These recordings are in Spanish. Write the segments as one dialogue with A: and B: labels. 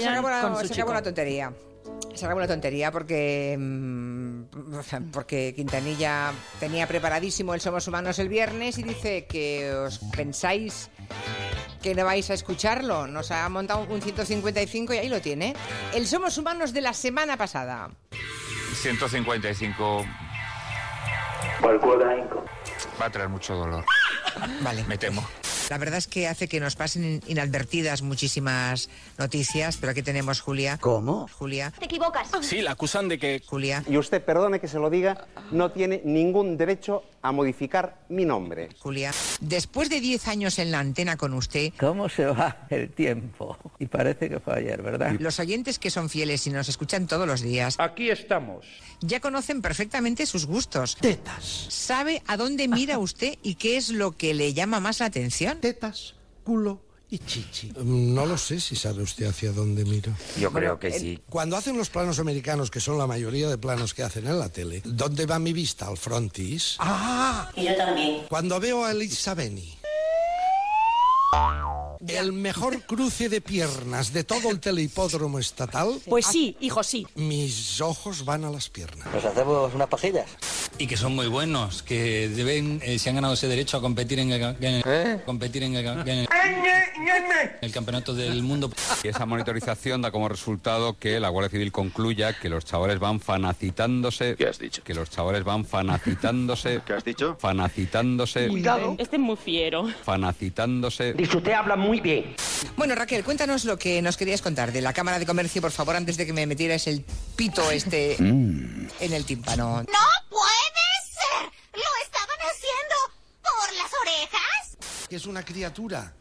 A: se acabó, la,
B: con su
A: se acabó
B: chico.
A: la tontería. Se acabó la tontería porque, mm, porque Quintanilla tenía preparadísimo el Somos Humanos el viernes y dice que os pensáis que no vais a escucharlo. Nos ha montado un 155 y ahí lo tiene. El Somos Humanos de la semana pasada.
C: 155
D: Cualquiera inco.
C: va a traer mucho dolor,
A: Vale.
C: me temo.
A: La verdad es que hace que nos pasen inadvertidas muchísimas noticias, pero aquí tenemos Julia.
E: ¿Cómo?
A: Julia,
F: Te equivocas.
G: Ah, Sí, la acusan de que
A: Julia,
H: Y usted, perdone que se lo diga, no tiene ningún derecho a modificar mi nombre.
A: Julia. Después de 10 años en la antena con usted,
E: ¿Cómo se va el tiempo? Y parece que fue ayer, ¿verdad?
A: Los oyentes que son fieles y nos escuchan todos los días
I: Aquí estamos.
A: ya conocen perfectamente sus gustos. Tetas. ¿Sabe a dónde mira usted y qué es lo que le llama más la atención?
J: Tetas, culo y chichi.
K: Mm, No lo sé si sabe usted hacia dónde miro.
G: Yo creo que sí.
K: Cuando hacen los planos americanos, que son la mayoría de planos que hacen en la tele, ¿dónde va mi vista? Al frontis.
F: Y yo también.
K: Cuando veo a Elisa Beni. El mejor cruce de piernas de todo el telehipódromo estatal,
B: Pues
A: Ah.
B: sí, hijo, sí.
K: mis ojos van a las piernas.
E: ¿Nos hacemos unas pajillas?
G: Y que son muy buenos, que deben, eh, se han ganado ese derecho a competir en el, en el- competir en el, en el- el campeonato del mundo.
C: Y esa monitorización da como resultado que la Guardia Civil concluya que los chavales van fanacitándose.
D: ¿Qué has dicho?
C: Que los chavales van fanacitándose.
D: ¿Qué has dicho?
C: Fanacitándose.
B: Este es muy fiero.
C: Fanacitándose.
I: Dice, usted habla muy bien.
A: Bueno, Raquel, cuéntanos lo que nos querías contar de la Cámara de Comercio, por favor, antes de que me metieras el pito este en el tímpano.
F: ¡No puede ser! ¿Lo estaban haciendo por las orejas?
K: Que es una criatura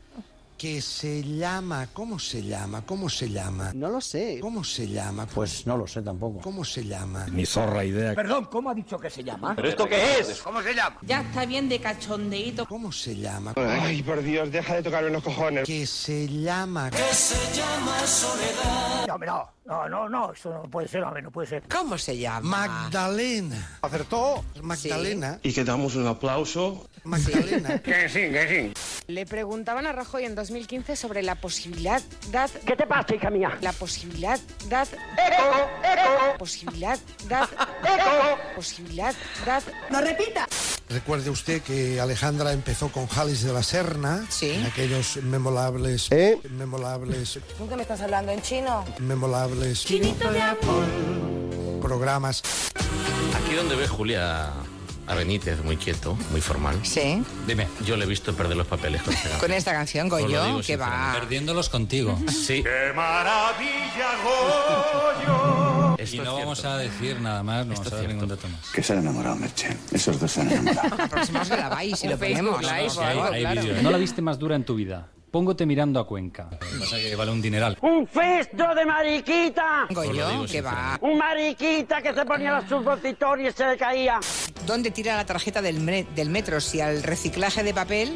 K: que se llama, ¿cómo se llama? ¿Cómo se llama?
H: No lo sé.
K: ¿Cómo se llama?
E: Pues no lo sé tampoco.
K: ¿Cómo se llama?
I: Perdón, ¿cómo ha dicho que se llama?
D: ¿Pero esto qué es? ¿Cómo se llama?
B: Ya está bien de cachondeíto.
K: ¿Cómo se llama?
J: Ay, por Dios, deja de tocarme los cojones.
K: Que se llama.
I: No, no, no, no, no, eso no puede ser, hombre, no puede ser.
A: ¿Cómo se llama?
K: Magdalena. ¿Acertó? Magdalena.
J: Y que damos un aplauso.
K: Magdalena.
D: Que sí, que
B: Le preguntaban a Rajoy en 2015 sobre la posibilidad,
I: ¿Qué te pasa, hija mía?
B: la posibilidad, posibilidad, posibilidad,
K: Recuerde usted que Alejandra empezó con Jalis de la Serna.
A: Sí.
K: en aquellos memorables.
J: ¿Eh?
K: Memorables.
B: ¿Tú qué me estás hablando en chino?
K: Memorables. Programas.
G: Aquí donde ve Julia a Benítez, muy quieto, muy formal.
A: Sí,
G: Dime. Yo le he visto perder los papeles con esta
A: con esta canción, Goyo, que va.
G: Perdiéndolos contigo. Sí.
D: ¡Qué maravilla, Goyo!
G: y no vamos a decir nada más, no vamos a dar ningún dato más.
D: Que se han enamorado, Merche. Esos dos se han enamorado.
A: La próxima os grabáis y lo ponemos.
G: Sí, hay- hay vídeo.
I: No la viste más dura en tu vida. Póngote mirando a Cuenca.
G: Pasa que vale un dineral.
I: ¡Un festo de mariquita!
A: Goyo, que va.
I: ¡Un mariquita que se ponía los supositorios y se le caía!
A: ¿Dónde tira la tarjeta del, me- del metro? Si al reciclaje de papel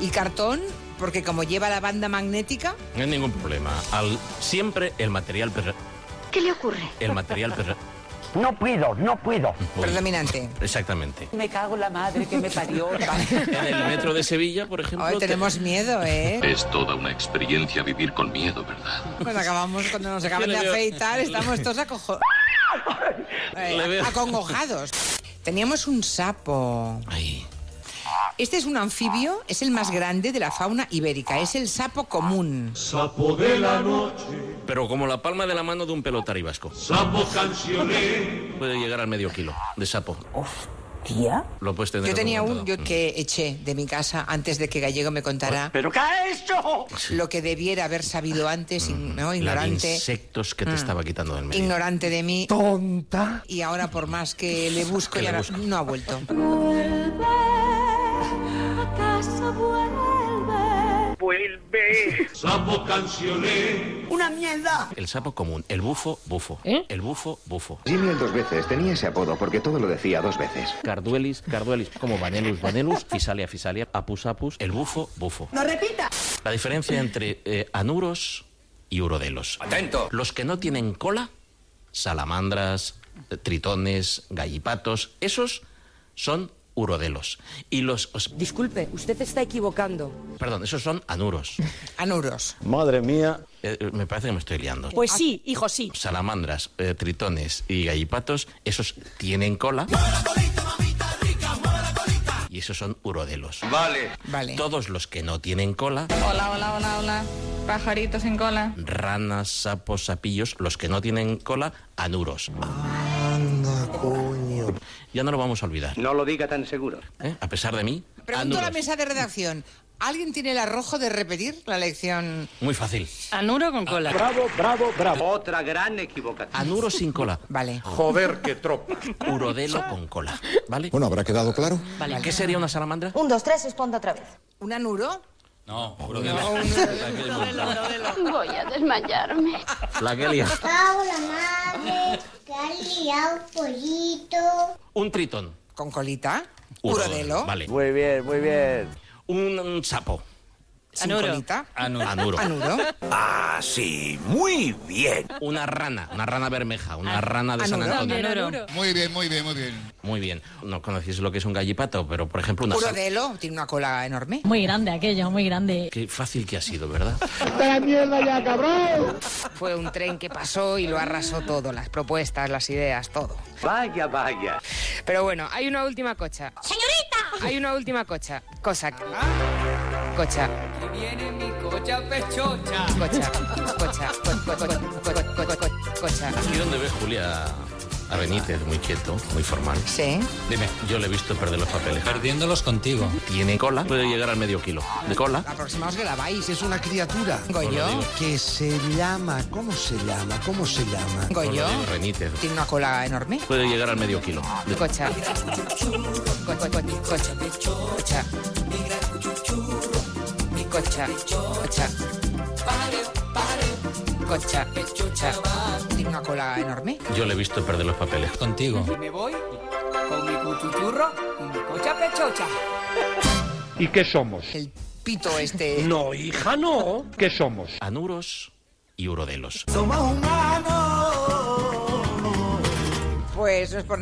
A: y cartón, porque como lleva la banda magnética,
G: No hay ningún problema. Al, siempre el material perra-
F: ¿Qué le ocurre?
G: el material perra-
I: No puedo, no puedo.
G: Uy,
A: predominante.
G: Exactamente.
B: Me cago en la madre que me parió.
G: En el metro de Sevilla, por ejemplo,
A: Hoy
G: te-
A: tenemos miedo, ¿eh?
D: Es toda una experiencia vivir con miedo, ¿verdad?
A: Cuando Pues acabamos, cuando nos acaban de
G: le veo-
A: afeitar, estamos todos acojo- eh,
G: Le veo-
A: acongojados. Teníamos un sapo.
G: Ay,
A: Este es un anfibio, es el más grande de la fauna ibérica, es el sapo común.
G: pero como la palma de la mano de un pelotari vasco. Puede llegar al medio kilo de sapo.
B: Hostia.
G: Lo puedes tener
A: Yo tenía un
G: documentado.
A: yo que eché de mi casa antes de que Gallego me
I: Pues,
A: contara
I: ¿Pero qué ha hecho?
A: lo que debiera haber sabido antes, in- ¿no?
G: La de
A: ignorante. Mm.
G: insectos que te estaba quitando del medio.
A: ignorante de mí
J: Tonta.
A: y ahora por más que le busco,
G: Que
A: ya
G: le
A: no-
G: busco.
A: no ha vuelto.
F: Vuelve a casa, vuelve.
I: Vuelve. ¡Una mierda!
G: El sapo común, el bufo, bufo. El bufo, bufo.
D: Jimmy el dos veces tenía ese apodo porque todo lo decía dos veces.
G: Carduelis, carduelis, como vanellus, vanellus, fisalia, fisalia, apus, apus, el bufo, bufo.
B: No repita.
G: La diferencia entre eh, anuros y urodelos.
C: ¡Atento!
G: Los que no tienen cola, salamandras, eh, tritones, gallipatos, esos son urodelos. Y los... os-
L: Disculpe, usted está equivocando.
G: Perdón, esos son anuros.
A: Anuros.
G: Madre mía. me parece que me estoy liando.
L: Pues sí, hijo, sí.
G: Salamandras, eh, tritones y gallipatos, esos tienen cola. Y esos son urodelos. Vale.
A: Vale.
G: Todos los que no tienen cola,
M: Hola, hola, hola, hola. Pajaritos en cola.
G: ranas, sapos, sapillos, los que no tienen cola, anuros. Ya no lo vamos a olvidar. No lo diga tan seguro. A pesar de mí,
A: Pregunto a la
G: anuros.
A: mesa de redacción. ¿Alguien tiene el arrojo de repetir la lección?
G: Muy fácil.
A: Anuro con cola. Bravo,
G: bravo, bravo.
A: Otra gran equivocación.
G: Anuro sin cola.
A: Vale.
G: Joder, qué tropa. Urodelo con cola. ¿Vale?
N: Bueno, ¿habrá quedado claro?
G: Vale. ¿Qué sería una salamandra?
A: Un, dos, tres, responda otra vez. ¿Un anuro?
G: No, urodelo.
F: Voy a desmayarme.
G: La que lía.
F: Paula, madre, que has liado pollito.
G: Un tritón.
A: ¿Con colita?
G: Urodelo. Vale.
H: Muy bien, muy bien.
G: Un, un sapo.
A: ¿Sin Anuro. colita?
G: Anuro. Anuro.
A: Anuro.
G: Ah, sí. Muy bien. Una rana. Una rana bermeja. Una rana de San Antonio.
O: Muy bien, muy bien, muy bien.
G: Muy bien. No conocéis lo que es un gallipato, pero por ejemplo una... sal-
A: Urodelo, tiene una cola enorme.
L: Muy grande aquello, muy grande.
G: Qué fácil que ha sido, ¿verdad?
A: la mierda ya, cabrón! Fue un tren que pasó y lo arrasó todo, las propuestas, las ideas, todo.
B: Vaya, vaya. Pero bueno, hay una última cocha. ¡Señorita! Hay una última cocha. Cosa.
A: Ah.
B: Cocha.
P: Viene mi cocha pechocha.
B: Cocha. Cocha. co- co- co- co- co- co- co- Cocha.
G: ¿Y dónde ves, Julia? A Benítez, muy quieto, muy formal.
A: Sí.
G: Dime. Yo le he visto perder los papeles. Perdiéndolos contigo. Tiene cola. Puede llegar al medio kilo. ¿De cola?
A: Aproximaos
K: que la vais. Es una criatura.
A: Goyo.
K: Que se llama. ¿Cómo se llama? ¿Cómo se llama?
A: Goyo.
G: Benítez.
A: Tiene una cola enorme.
G: Puede llegar al medio kilo. De-
A: Cocha. Cocha. Cocha. Cocha. Cocha. Cocha. Cocha. Cocha. Tiene una cola enorme.
G: Yo le he visto perder los papeles. Contigo.
P: Me voy con mi cuchuchurro y mi cocha pechocha.
J: ¿Y qué somos?
A: Pito este.
J: No, hija, no. ¿Qué somos?
G: Anuros y urodelos.
A: Pues no es por